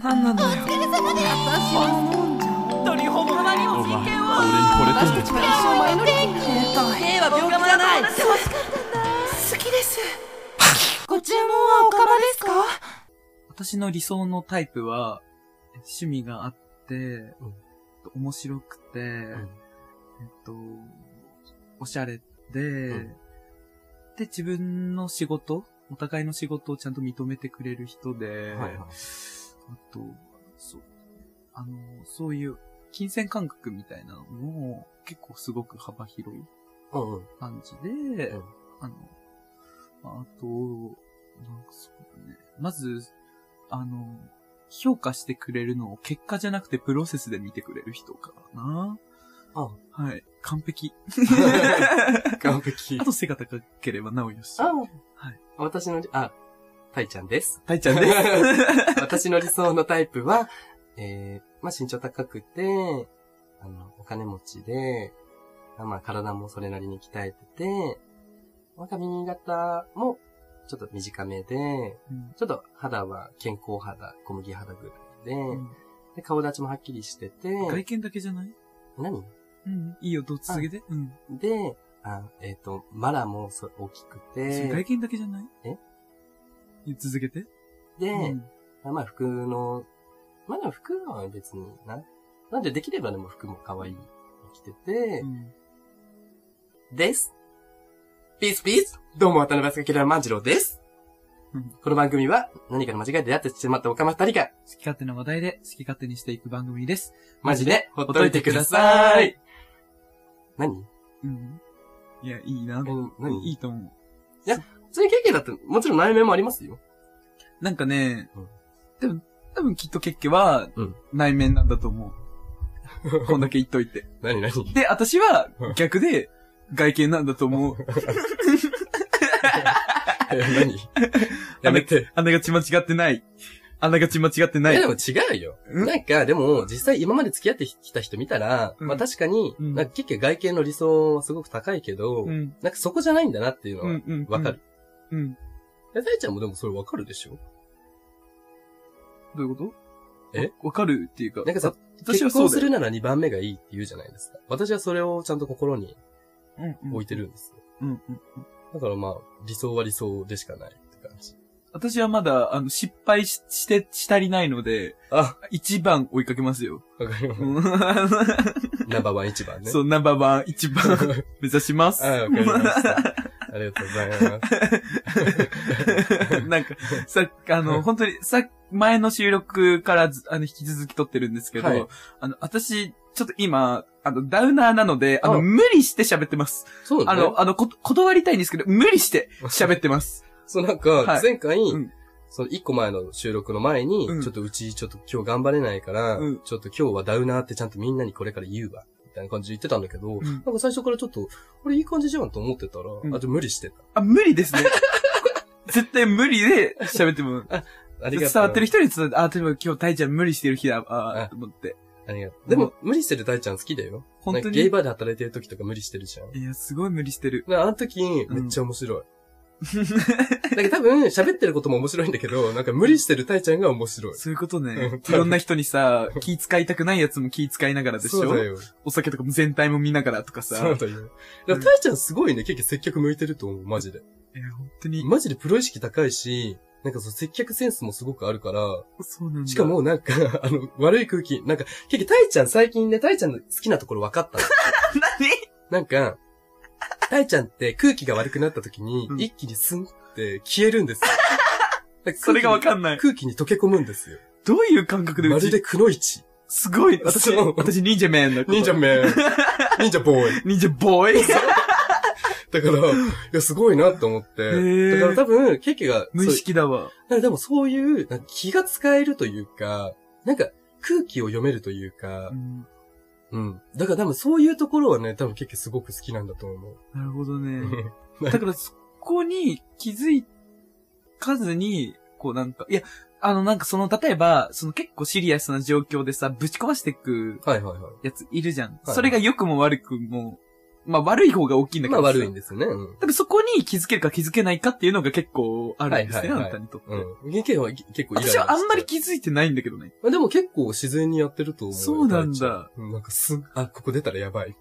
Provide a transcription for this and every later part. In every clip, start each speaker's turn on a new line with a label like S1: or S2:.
S1: 何なのよ
S2: お疲れ様です私は飲んじゃおう
S3: 本当にほぼたまにも人権を
S4: 俺に惚
S1: 私
S4: れてん
S1: たちは一生前乗り変えたは病気じゃない
S3: 我慢
S1: 好きですご注文はおかまですか
S3: 私の理想のタイプは、趣味があって、面白くて、えっと、おしゃれで、
S4: ん
S3: で、自分の仕事、お互いの仕事をちゃんと認めてくれる人で、
S4: はいはい
S3: あと、そう、あの、そういう、金銭感覚みたいなのも、結構すごく幅広い
S4: うんうん。
S3: 感じで、
S4: うん
S3: あの、あと、なんかそうね、まず、あの、評価してくれるのを結果じゃなくてプロセスで見てくれる人かな。
S4: あ
S3: はい。完璧。
S4: 完璧
S3: あ。と背が高ければなおよし。
S4: あ、
S3: はい。
S4: 私のり、あ、タイちゃん です。
S3: たいちゃんです。
S4: 私の理想のタイプは、えー、まあ、身長高くて、あの、お金持ちで、あまあ、体もそれなりに鍛えてて、まあ、髪型もちょっと短めで、
S3: うん
S4: ちょっと肌は健康肌、小麦肌ぐらいで、
S3: うん
S4: で顔立ちもはっきりしてて、
S3: 外見だけじゃない
S4: 何
S3: うん。いいよ、どう続けて。うん。
S4: で、あえっ、と、マラもそ大きく
S3: それ外
S4: て、
S3: 見だけじゃない
S4: え
S3: 続けて。
S4: で、
S3: うん
S4: あまあ服の、まあでも服は別にな。なんでできればでも服も可愛いの着てて
S3: う、ん。
S4: です。ピースピースどうも、渡辺明明万次郎です
S3: うん。
S4: この番組は何かの間違いで出会ってしまったおかま二人が、
S3: 好き勝手な話題で好き勝手にしていく番組です。
S4: マジでほっといてください。何
S3: うん。いや、いいな。
S4: 何何
S3: いいと思う。
S4: そういう経験だってもちろん内面もありますよ。
S3: なんかね、
S4: うん
S3: でも、多分きっと結家は
S4: うん、
S3: 内面なんだと思 う。こんだけ言っといて。
S4: 何何
S3: で、私は
S4: うん、
S3: 逆で、外見なんだと思う。
S4: 何やめて。
S3: あんながち間違ってない。あんながち間違ってない
S4: や
S3: い
S4: で。も違うよ。
S3: うん
S4: なんか、でも、実際今まで付き合ってきた人見たら、
S3: うん
S4: まあ確かに、
S3: うん
S4: なんか結局外見の理想はすごく高いけど、
S3: うん。
S4: なんかそこじゃないんだなっていう
S3: う
S4: の
S3: ん。うん。
S4: はわかる。
S3: うん。うん。
S4: え、さえちゃんもでもそれわかるでしょ
S3: どういうこと
S4: え
S3: わわかるっていうか。
S4: なんかさ、
S3: 私は
S4: 結
S3: そ
S4: 婚
S3: うだ
S4: す
S3: よ。
S4: るなら2番目がいいって言うじゃないですか。私はそれをちゃんと心に
S3: うんうん
S4: 置いてるんですよ。
S3: うんうん。
S4: だからまあ、理想は理想でしかないって感じ。
S3: 私はまだ、あの、失敗しして、したりないので、
S4: あ、
S3: 一番追いかけますよ。
S4: わかります。
S3: うん
S4: ナンバーワン一番ね。
S3: そう、ナンバーワン、一番、目指します。
S4: あ、わかりました。ありがとうございます。
S3: なんか、さ、あの、本当に、さ、前の収録からず、あの、引き続き撮ってるんですけど、
S4: はい
S3: あの、私、ちょっと今、あの、ダウナーなので、あ
S4: あ
S3: の、無理して喋ってます。
S4: そう
S3: あ
S4: な
S3: の、あの、こ、断りたいんですけど、無理して喋ってます。
S4: そう、なん
S3: は
S4: か
S3: い、
S4: 前回、
S3: うん
S4: その一個前の収録の前に、
S3: うん
S4: ちょっとうちちょっと今日頑張れないから、
S3: うん
S4: ちょっと今日はダウナーってちゃんとみんなにこれから言うわ、みたいな感じで言ってたんだけど、
S3: ん
S4: なんか最初からちょっと、これいい感じじゃんと思ってたら、
S3: ん
S4: あ、じゃあ無理して
S3: あ、無理 ですね。絶対無理で喋っても、
S4: た。ありが
S3: 伝
S4: とう。
S3: わってる人に伝わって、あ、でも今日タイちゃん無理してる日だ、あ
S4: あ
S3: ーと思って。
S4: ありがとう。でも、無理してる大ちゃん好きだよ。
S3: 本
S4: なん
S3: 当
S4: かゲイ
S3: に。
S4: バーで働いてる時とか無理してるじゃん。
S3: いや、すごい無理してる。
S4: であの時、めっちゃ面白い。なんか多分、喋ってることも面白いんだけど、なんか無理してる大ちゃんが面白い。
S3: そういうことね。
S4: う
S3: い
S4: ん
S3: ろんな人にさ、気使いたくないやつも気使いながらでしょ
S4: そうだよ。
S3: お酒とかも全体も見ながらとかさ。
S4: そうだよ。だから大ちゃんすごいね、結構接客向いてると思う、マジで。
S3: いや、本当に。
S4: マジでプロ意識高いし、なんかそう、接客センスもすごくあるから、
S3: そうなんだ。
S4: しか、もなんか、 あの、悪い空気、なんか、結局、タイちゃん最近ね、タイちゃんの好きなところ分か ったの。なんか、タイちゃんって空気が悪くなった時に
S3: う、ん
S4: 一気にスンって消える んですよ。なん
S3: 何それがわ
S4: る。
S3: かんない。
S4: 空気に溶け込むんですよ。
S3: どういう感覚で
S4: ま
S3: う
S4: る
S3: ち、
S4: でくのいち。
S3: すごい、私、
S4: そう
S3: 私忍者メンだ
S4: 忍者メン。 忍者ボーイ。
S3: 忍者ボーイ。
S4: だ から、いや、すごいなと思って。
S3: へー
S4: だから多分、ケーキが、
S3: 無意識だわ。
S4: なんかでもそういう、なんか気が使えるというか、なんか空気を読めるというか
S3: う、ん
S4: うん。だから多分そういうところはね、多分結構すごく好きなんだと思う。
S3: なるほど ね。
S4: うん
S3: だから、そこに気づいかずに、こうなんか、いや、あのなんかその、例えば、その結構シリアスな状況でさ、ぶち壊していく
S4: はいはいはい。
S3: やついるじゃん。
S4: はい
S3: それが良くも悪くも、まあ悪い方が大きいんだけ
S4: まあ
S3: ど。
S4: 悪いんですよね。うん
S3: 多分そこに気づけるか気づけないかっていうのが結構あるんですね、
S4: はいはいはい
S3: あんたにとって。
S4: うん。ゲケは結構イライラし
S3: 私
S4: て
S3: はあんまり気づいてないんだけどね。
S4: まあでも結構自然にやってると思う。
S3: そうなんだ。
S4: うんなんかす、あ、ここ出たらやば い。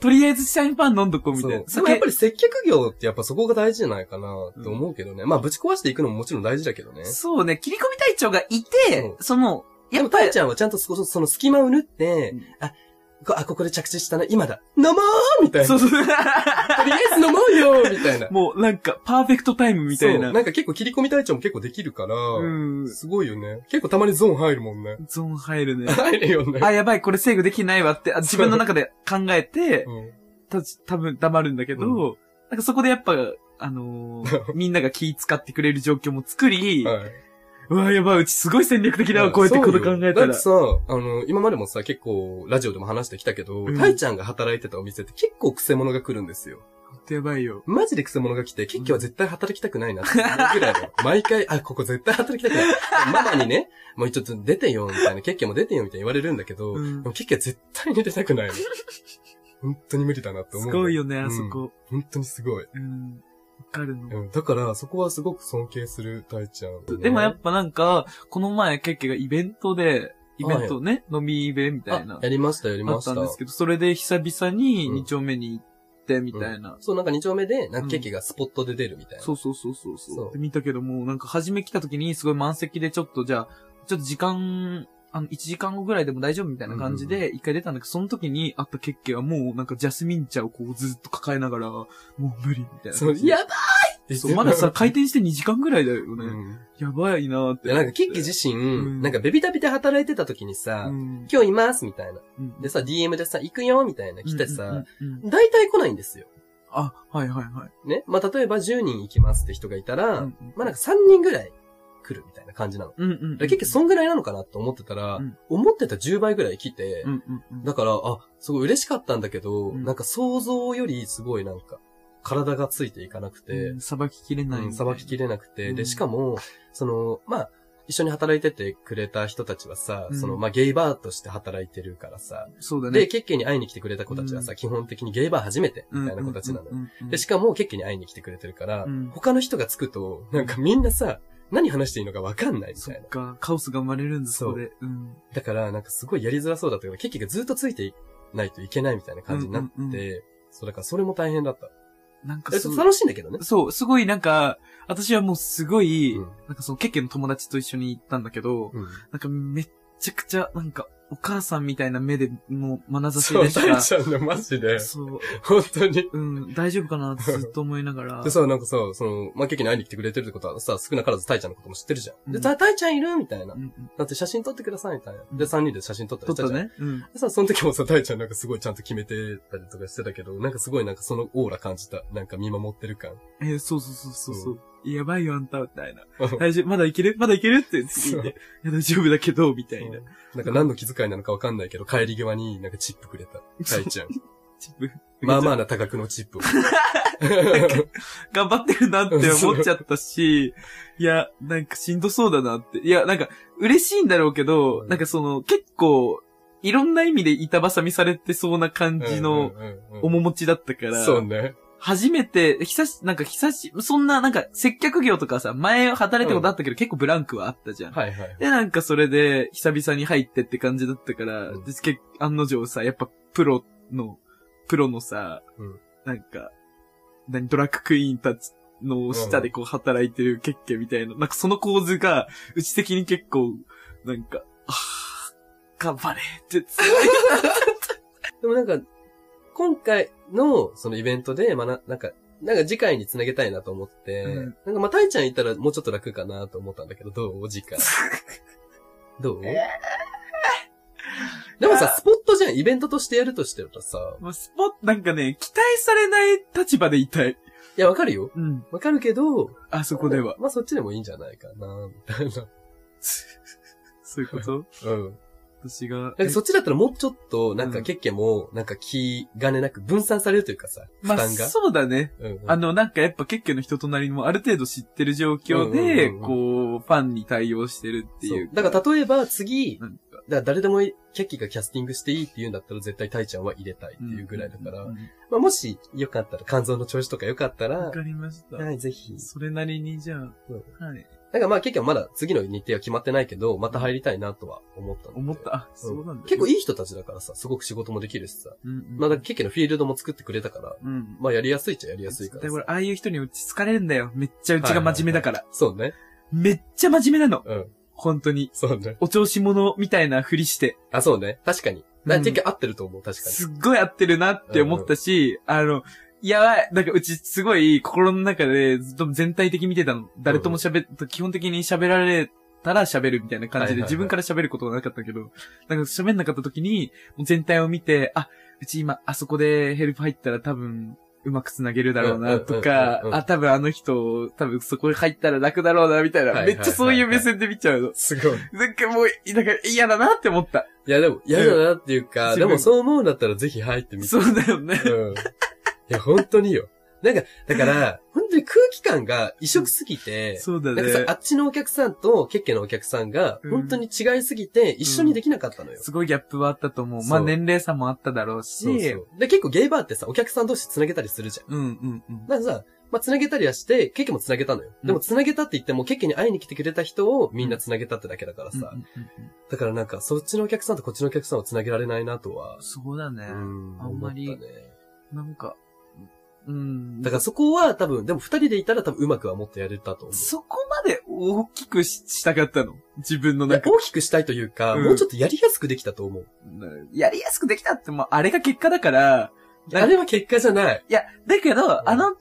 S3: とりあえずシャインパン飲んどこうみ
S4: そ
S3: た
S4: う
S3: いな。
S4: でもやっぱり接客業ってやっぱそこが大事じゃないかなって思うけどね。まあぶち壊していくのももちろん大事だけどね。
S3: そうね、切り込み隊長がいて、
S4: うん
S3: その、
S4: で
S3: や
S4: も
S3: っぱ
S4: たい
S3: り、
S4: ちゃんはちゃんとそこその隙間を縫って、
S3: うん
S4: あこ、あ、ここで着地したな、今だ、飲もうみたいな。
S3: そうそう。。
S4: とりあえず飲もうよみたい な
S3: もうなんか、パーフェクトタイムみたい
S4: そう
S3: な。
S4: なんか結構切り込み隊長も結構できるから、
S3: うん。
S4: すごいよね。結構たまにゾーン入るもんね。
S3: ゾーン入るね。
S4: 入るよ ね。
S3: あ、やばい、これ制御できないわって、あ自分の中で考えて、
S4: うん
S3: た、多分黙るんだけど、
S4: う
S3: なんかそこでやっぱ、あのー みんなが気使ってくれる状況も作り、
S4: はいう
S3: わ、やばい、うちすごい戦略的だわ、こうやってこと考え
S4: そ
S3: た
S4: うよだっ
S3: ら
S4: て。さ、あの、今までもさ、結構、ラジオでも話してきたけど、
S3: うん
S4: タイちゃんが働いてたお店って結構癖者が来るんですよ。
S3: ほんとやばいよ。
S4: マジで癖者が来て、結局は絶対働きたくないなって思うぐらいの。毎回、あ、ここ絶対働きたくない。ママにね、もうちょっと出てよ、みたいな、結局も出てよ、みたいに言われるんだけど、
S3: うん
S4: でも結局は絶対に出たくないの。本当に無理だなって思
S3: す
S4: う。
S3: ごいよね、
S4: うん
S3: あそこ。
S4: 本当にすごい。
S3: うん。わかるの。
S4: うんだから、そこはすごく尊敬するタイちゃん、
S3: でもやっぱなんか、この前、ケッケがイベントで、イベントね、飲みイベみたいな
S4: あ、やりました、やり
S3: あ
S4: ま
S3: っ
S4: した。
S3: たんですけど、それで久々に
S4: うん
S3: 2丁目に行って、みたいな。
S4: そう、なんか二丁目で、なんかケーキがスポットで出るみたいな。
S3: そうそうそうそう
S4: そ
S3: そうう。で見たけども、なんか初め来た時にすごい満席でちょっとじゃあ、ちょっと時間、あの、1時間後ぐらいでも大丈夫みたいな感じ
S4: うん
S3: で、一回出たんだけど、その時に会ったケッケはもうなんかジャスミン茶をこうずっと抱えながら、もう無理みたいな。
S4: そう、やばいって
S3: そうまださ、回転して2時間ぐらいだよ
S4: う
S3: ね。
S4: ん。
S3: やばいなーって。
S4: で、なんかケーキ自身、
S3: ん
S4: なんかベビタビで働いてた時にさ、
S3: うん
S4: 今日いますみたいな。
S3: うん
S4: でさ、DM でさ、行くよみたいな来て
S3: うんうん
S4: さ、
S3: うんうん
S4: 大体来ないんですよ。
S3: あ、はいはいはい。
S4: ね。まあ、例えば10人行きますって人がいたら、
S3: うん
S4: まあ、なんか3人ぐらい来るみたいな感じなの。
S3: うんうん。
S4: で結局そんぐらいなのかなと思ってたら、
S3: うん
S4: 思ってた10倍ぐらい来て、
S3: うんうんうん。
S4: だから、あ、すごい嬉しかったんだけど、
S3: うん
S4: なんか想像よりすごいなんか、体がついていかなくて、
S3: うんさばききれないみたいな。
S4: さばききれなくて、
S3: う
S4: で、
S3: ん
S4: しかも、その、まあ、一緒に働いててくれた人たちはさ、
S3: うん
S4: その、まあ、ゲイバーとして働いてるからさ、
S3: そうだね。
S4: で、ケッケに会いに来てくれた子たちはさ、基本的にゲイバー初めて、みたいな子たちなの。
S3: の
S4: で、しかも、ケッケに会いに来てくれてるから、
S3: うん
S4: 他の人がつくと、なんかみんなさ、何話していいのかわかんないみ
S3: そ
S4: たいな
S3: っ。か、カオスが生まれるんだ、
S4: そう
S3: そこで。うん。
S4: だから、なんかすごいやりづらそうだったけど、ケッケがずっとついていないといけないみたいな感じになって、
S3: うんうんう
S4: そう、だからそれも大変だった。
S3: なんか
S4: え
S3: そう
S4: 楽しいんだけどね。
S3: そう、すごいなんか、私はもうすごい、
S4: うん
S3: なんかそのケッケの友達と一緒に行ったんだけど、
S4: うん
S3: なんかめっちゃくちゃ、なんか、お母さんみたいな目で、もう、眼差し
S4: そう、
S3: でし
S4: 大
S3: た。
S4: ちゃんね、マ ジで。
S3: そう、
S4: 本当に。
S3: うん、大丈夫かなってずっと思いながら。
S4: でさ、なんかさ、その、まあ、ケーキに会いに来てくれてるってことはさ、少なからずタイちゃんのことも知ってるじゃん。で、
S3: うん
S4: タタイちゃんいるみたいな
S3: う。んうん
S4: だって写真撮ってくださいみたいな。
S3: うん
S4: で、3人で写真撮った
S3: 撮
S4: り
S3: っ
S4: した
S3: た
S4: じゃん。
S3: ね。うん。
S4: でさ、その時もさ、タイちゃんなんかすごいちゃんと決めてたりとかしてたけど、なんかすごいなんかそのオーラ感じた。なんか見守ってる感。
S3: えーそうそうそうそうそう。やばいよ、あんた、みたいな。
S4: うん
S3: 大丈夫、まだいけるまだいけるって言って
S4: そう
S3: いや、大丈夫だけど、みたいな。
S4: なんか何の気遣いなのかわかんないけど、帰り際になんかチップくれた。タイちゃん。
S3: チップ
S4: まあまあな多額のチップを。
S3: 頑張ってるなって思っちゃったし、いや、なんかしんどそうだなって。いや、なんか嬉しいんだろうけど、
S4: うん
S3: なんかその、結構、いろんな意味で板挟みされてそうな感じの
S4: うんうんうんうん
S3: 面持ちだったから、
S4: そうね。
S3: 初めて、久し、なんか久し、そんな、なんか接客業とかさ、前働いたことあったけど、結構ブランクはあったじゃん。
S4: はいはい。
S3: で、なんかそれで、久々に入ってって感じだったから、
S4: うん
S3: でけ案の定さ、やっぱプロの、プロのさ、
S4: うん
S3: なんか、何、ドラッグクイーンたちの下でこう働いてるケッケみたいな、なんかその構図が、うち的に結構、なんか、あー頑張れって辛い。
S4: でもなんか、今回のそのイベントで、まあな、なんか、なんか次回につなげたいなと思って、
S3: うん
S4: なんかまあ、タイちゃんいたらもうちょっと楽かなと思ったんだけど、どう 次回。どうでもさ、スポットじゃん、イベントとしてやるとしてるとさ、
S3: もうスポット、なんかね、期待されない立場でいたい。
S4: いや、わかるよ。
S3: うん。
S4: わかるけど、
S3: あそこでは。
S4: まあ、そっちでもいいんじゃないかな、みたいな。
S3: そういうこと
S4: うん。
S3: 私が。
S4: なんかそっちだったらもうちょっと、なんか結家も、なんか気兼ねなく分散されるというかさ、負
S3: まあ、
S4: 担が。
S3: そうだね。
S4: うんうん
S3: あの、なんかやっぱ結局の人となりもある程度知ってる状況で、
S4: うんうんうんうん
S3: こう、ファンに対応してるって
S4: そ
S3: いう
S4: う。。だから例えば次、
S3: な
S4: だ
S3: ん
S4: から誰でもいい、キャッキーがキャスティングしていいって言うんだったら絶対タイちゃんは入れたいっていうぐらいだから、
S3: うんうんうん
S4: まあもしよかったら、肝臓の調子とかよかった
S3: わ
S4: ら、
S3: かりました。
S4: はい、ぜひ。
S3: それなりにじゃあ、
S4: うん
S3: はい。
S4: だからまあ結局まだ次の日程は決まってないけど、また入りたいなとは思ったので
S3: 思った。あ、そうなんだ。
S4: 結構、いい人たちだからさ、すごく仕事もできるしさ。
S3: うんうん。
S4: まあだから結局のフィールドも作ってくれたから、
S3: うん。
S4: まあやりやすいっちゃやりやすいか
S3: だ
S4: ら
S3: から
S4: さ。
S3: ああいう人にうち疲れるんだよ。めっちゃうちが真面目だから。
S4: そうね。
S3: めっちゃ真面目なの。
S4: うん。
S3: 本当に。
S4: そうね。
S3: お調子者みたいなふりして、
S4: あ、そうね。確かに。な
S3: うん
S4: んて合ってると思う、確かに。
S3: すっごい合ってるなって思ったし、あの、やばい、なんかうちすごい心の中でずっと全体的見てたの。誰とも喋っ、基本的に喋られたら喋るみたいな感じ
S4: はいはい
S3: で
S4: はい
S3: 自分から喋ることはなかったけど、なんか喋んなかった時に、もう全体を見て、あ、うち今あそこでヘルプ入ったら多分、うまく繋げるだろうなと
S4: うんうんうん
S3: か
S4: うんう、ん
S3: あ、多分あの人、多分そこ入ったら楽だろうなみたい
S4: はい
S3: な、
S4: はいは
S3: め
S4: い
S3: っちゃそういう目線で見ちゃうの。
S4: すごい。
S3: なんかもう、なんか嫌だなって思った。
S4: いや、でも、嫌だなっていうか、
S3: うん
S4: でもそう思うんだったらぜひ入ってみて。
S3: そうだよね。
S4: うん。いや、本当によ。なんか、だ から、本当に空気感が異色すぎて、
S3: そうだ
S4: な
S3: ね
S4: んか。さ、あっちのお客さんと、ケッケのお客さんが、
S3: うん
S4: 本当に違いすぎて、一緒にできなかったのよ。
S3: すごいギャップはあったと思う。まあ
S4: そう
S3: 年齢差もあっただろうし。
S4: そうそう。で、結構ゲイバーってさ、お客さん同士繋げたりするじゃん。
S3: うんうんうん。
S4: だからさ、まあ、繋げたりはして、ケッケも繋げたのよ。
S3: うん
S4: でも繋げたって言っても、ケッケに会いに来てくれた人をみんな繋げたってだけだからさ。
S3: うんうんうん
S4: だからなんか、そっちのお客さんとこっちのお客さんを繋げられないなとは。
S3: そうだね
S4: う。ん
S3: あんまり
S4: 思ったね
S3: なんか、うん。
S4: だからそこは多分、でも二人でいたら多分うまくはもっとやれたと思う。
S3: そこまで大きくししたかったの自分の
S4: いや
S3: 中。
S4: 大きくしたいというか、
S3: うん
S4: もうちょっとやりやすくできたと思う。
S3: やりやすくできたって、もうあれが結果だから、なんか
S4: あれは結果じゃない。
S3: いや、だけど、
S4: ん
S3: あの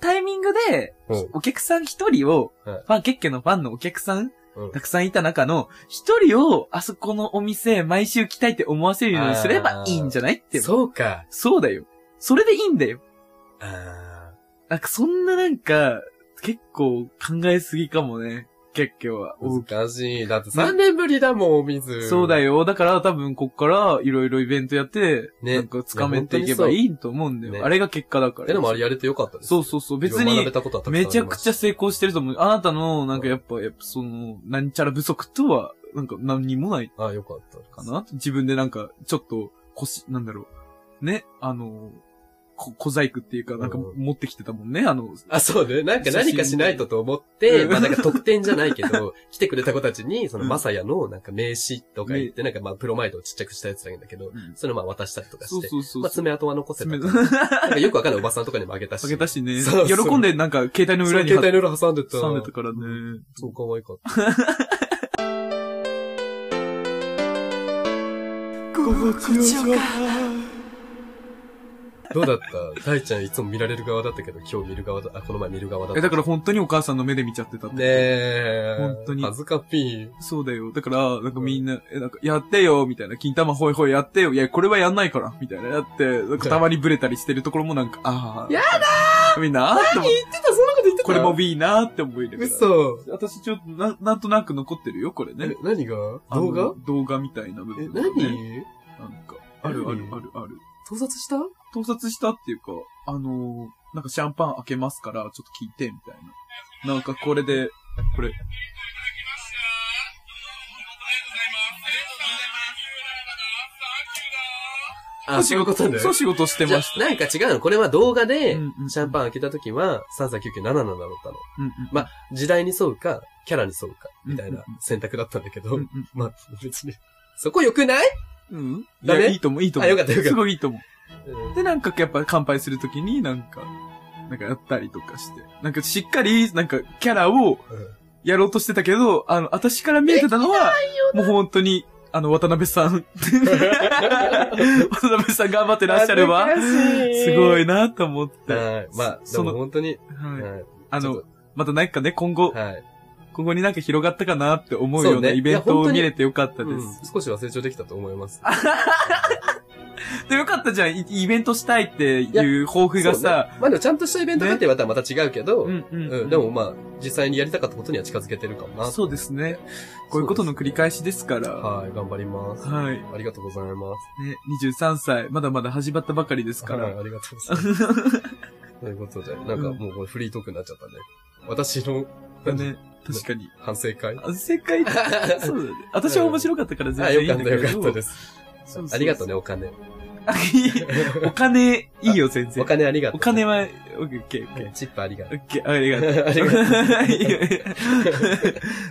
S3: タイミングで、
S4: うん
S3: お客さん一人を、
S4: はい
S3: ファン、ケッケのファンのお客さん、
S4: うん
S3: たくさんいた中の、一人を、あそこのお店、毎週来たいって思わせるようにすればいいんじゃないって
S4: そうか。
S3: そうだよ。それでいいんだよ。
S4: あ
S3: なんかそんななんか、結構考えすぎかもね。結局は。
S4: ー難しい。だって
S3: な
S4: 3年ぶりだもん、お水。
S3: そうだ。よ。だから多分こっからいろいろイベントやって、
S4: ね
S3: なんか掴めていけばいいと思うんだよ。
S4: いや
S3: あれが結果だから。
S4: え、でもあれやれてよかったです。
S3: そうそうそう。別
S4: いろいろ学
S3: に
S4: べ、たことはたくさんあ
S3: め
S4: りまし
S3: ち
S4: た
S3: ゃくちゃ成功してると思う。あなたの、なんかやっぱ、やっぱその、なんちゃら不足とは、なんか何にもない
S4: あ、よかったです。
S3: かな自分でなんか、ちょっと、腰、なんだろう。ね、あの、こ小細工っていうか、なんか
S4: うん
S3: 持ってきてたもんね、あの、
S4: あ、そうね。なんか
S3: 写真
S4: 何かしないとと思って、
S3: うん
S4: まあなんか特典じゃないけど、 来てくれた子たちに、その
S3: うん
S4: まさやのなんか名刺とか言って、なんかまあプロマイドをちっちゃくしたやつだけだけど、
S3: うん
S4: それをまあ渡したりとか
S3: そ
S4: し
S3: う
S4: て、
S3: そうそう。
S4: まあ爪痕は残せたから。
S3: 爪
S4: なんかよくわかんないおばさんとかにもあげたし。
S3: あげたしね。
S4: そうそう
S3: 喜んでなんか携帯の裏に
S4: そう携帯の裏挟んでた。
S3: 挟んでたからね。
S4: そう、可愛かった。
S1: ごごちおか
S4: どうだった 大ちゃんいつも見られる側だったけど、今日見る側だ、あ、この前見る側だっ
S3: え、
S4: た。
S3: だから本当にお母さんの目で見ちゃってたって。
S4: ねえ。
S3: 本当に
S4: 恥ずかっぴー。
S3: そうだよ。だから、なんかみんな、え、なんか、やってよ、みたいな。金玉ほいほいやってよ。いや、これはやんないから、みたいな。やって、なんかたまにブレたりしてるところもなんか、ああ。やだーみんな、あーって思う
S4: 言ってた、そんなこと言って
S3: これもいいなーって思いながら。
S4: 嘘。
S3: 私ちょっと、な、なんとなく残ってるよ、これね
S4: え。何が
S3: あの
S4: 動画
S3: 動画みたいな部
S4: え、
S3: 分、ね。
S4: 何
S3: なんか、あるあるあるある。
S4: 盗撮した
S3: 盗撮したっていうか、あのーなんかシャンパン開けますから、ちょっと聞いて、みたいな。なんかこれで、これ、
S4: あ、そういうことね。
S3: そう仕事して
S4: じゃ
S3: ました。
S4: なんか違うの。これは動画で、
S3: うんうん
S4: シャンパン開けた時は、339777だったの。
S3: うんうん
S4: まあ、時代に沿うか、キャラに沿うか、みたい
S3: うん
S4: な選択だったんだけど、
S3: うん
S4: まあ、別に。そこ良くない
S3: うん。うんい
S4: ダメ
S3: や、いいと思う、いいと思う。
S4: あよかったよかった
S3: すごいいいと思う。
S4: で
S3: で、なんかやっぱ乾杯するときになんか、なんかやったりとかして。なんかしっかり、なんかキャラをやろうとしてたけど、あの、私から見えてたのは、もう本当に、あの、渡辺さん。 渡辺さん頑張ってらっしゃるわ。すご
S4: い。
S3: いなと思って。はい。
S4: はい。まあ、で
S3: そ
S4: も
S3: の
S4: 本当に、はい
S3: あ
S4: ちょっ
S3: の、またなんかね、今後
S4: と、はい。
S3: 今後になんか広がったかなって思うよう
S4: そう
S3: な
S4: ね
S3: イベント
S4: いや本当
S3: を
S4: に
S3: 見れてよかったで
S4: うん
S3: す。
S4: 少しは成長できたと思います。
S3: で、よかったじゃん。イイベントしたいっていう抱負がさ、
S5: まあでもちゃんとしたイベントかって言われたらまた違うけど、
S3: うんうん、
S5: うん、でもまあ、実際にやりたかったことには近づけてるかもな。
S3: そうですね。こういうことの繰り返しですから。
S5: はい、頑張ります。
S3: はい。
S5: ありがとうございます。
S3: ね、23歳、まだまだ始まったばかりですから。
S5: はい、ありがとうございます。ということで、なんかもうこれフリートークになっちゃったね。私の、
S3: ね、確かに。
S5: 反省会。
S3: あ正解、 そうだね。私は面白かったから全
S5: あ、
S3: 然い
S5: よ
S3: い
S5: か
S3: ん
S5: っ
S3: だ
S5: たよ
S3: けど。
S5: かったです。
S3: そうそう
S5: あり がとうね、お金。
S3: お金、いいよ、全然
S5: お。金ありがとう。
S3: お金は、オッケー、オッケー。
S5: チップありが
S3: オ
S5: とう。
S3: ッケー、ありがとう。
S5: ありがと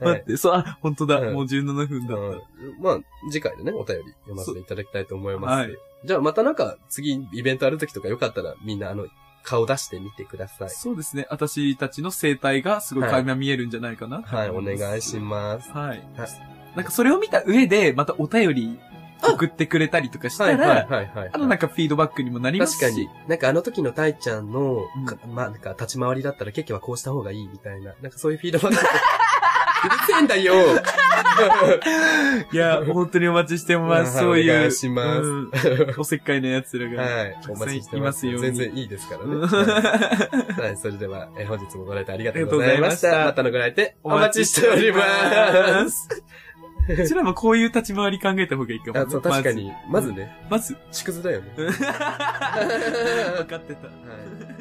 S5: う。は
S3: 待
S5: い
S3: っ。て、そう、あ、本当だ。
S5: うん
S3: もう17分だっ
S5: うんまあ、次回でね、お便り読ませていただきたいと思います。
S3: そうはい
S5: じゃあまたなんか、次イベントある時とかよかったら、みんなあの、顔出してみてくださ
S3: た。
S5: い。
S3: そうですね。私たちの生態がすごい垣間見えるんじゃないかな。
S5: はい、お願いします。
S3: はい
S5: はい。
S3: なんかそれを見た上で、またお便り送ってくれたりとかした
S5: はい、はい、
S3: ら、
S5: はい、はい。
S3: あのなんかフィードバックにもなります
S5: 確
S3: し。
S5: かに。。なんかあの時のタイちゃんの、
S3: うん
S5: かまあなんか立ち回りだったらケーキはこうした方がいいみたいな。なんかそういうフィード バック。うるせえんだよ
S3: いや、本当にお待ちしてます。
S5: うん
S3: そういう。
S5: お願いします
S3: うんおせっかいな奴らが。
S5: はい。お待ちしてます。
S3: いますように
S5: 全然いいですから ね。
S3: うん
S5: はいはい、それでは、えー本日もご来店ありがとうございまし
S3: あり
S5: た。
S3: が
S5: ま
S3: と
S5: たのご来店お待ちしており ます。
S3: す。うちらもこういう立ち回り考えた方がいいかもね、
S5: あ、そう、確かに。まずね、
S3: まず。
S5: 縮図だよね。
S3: まず。分かってた。
S5: はい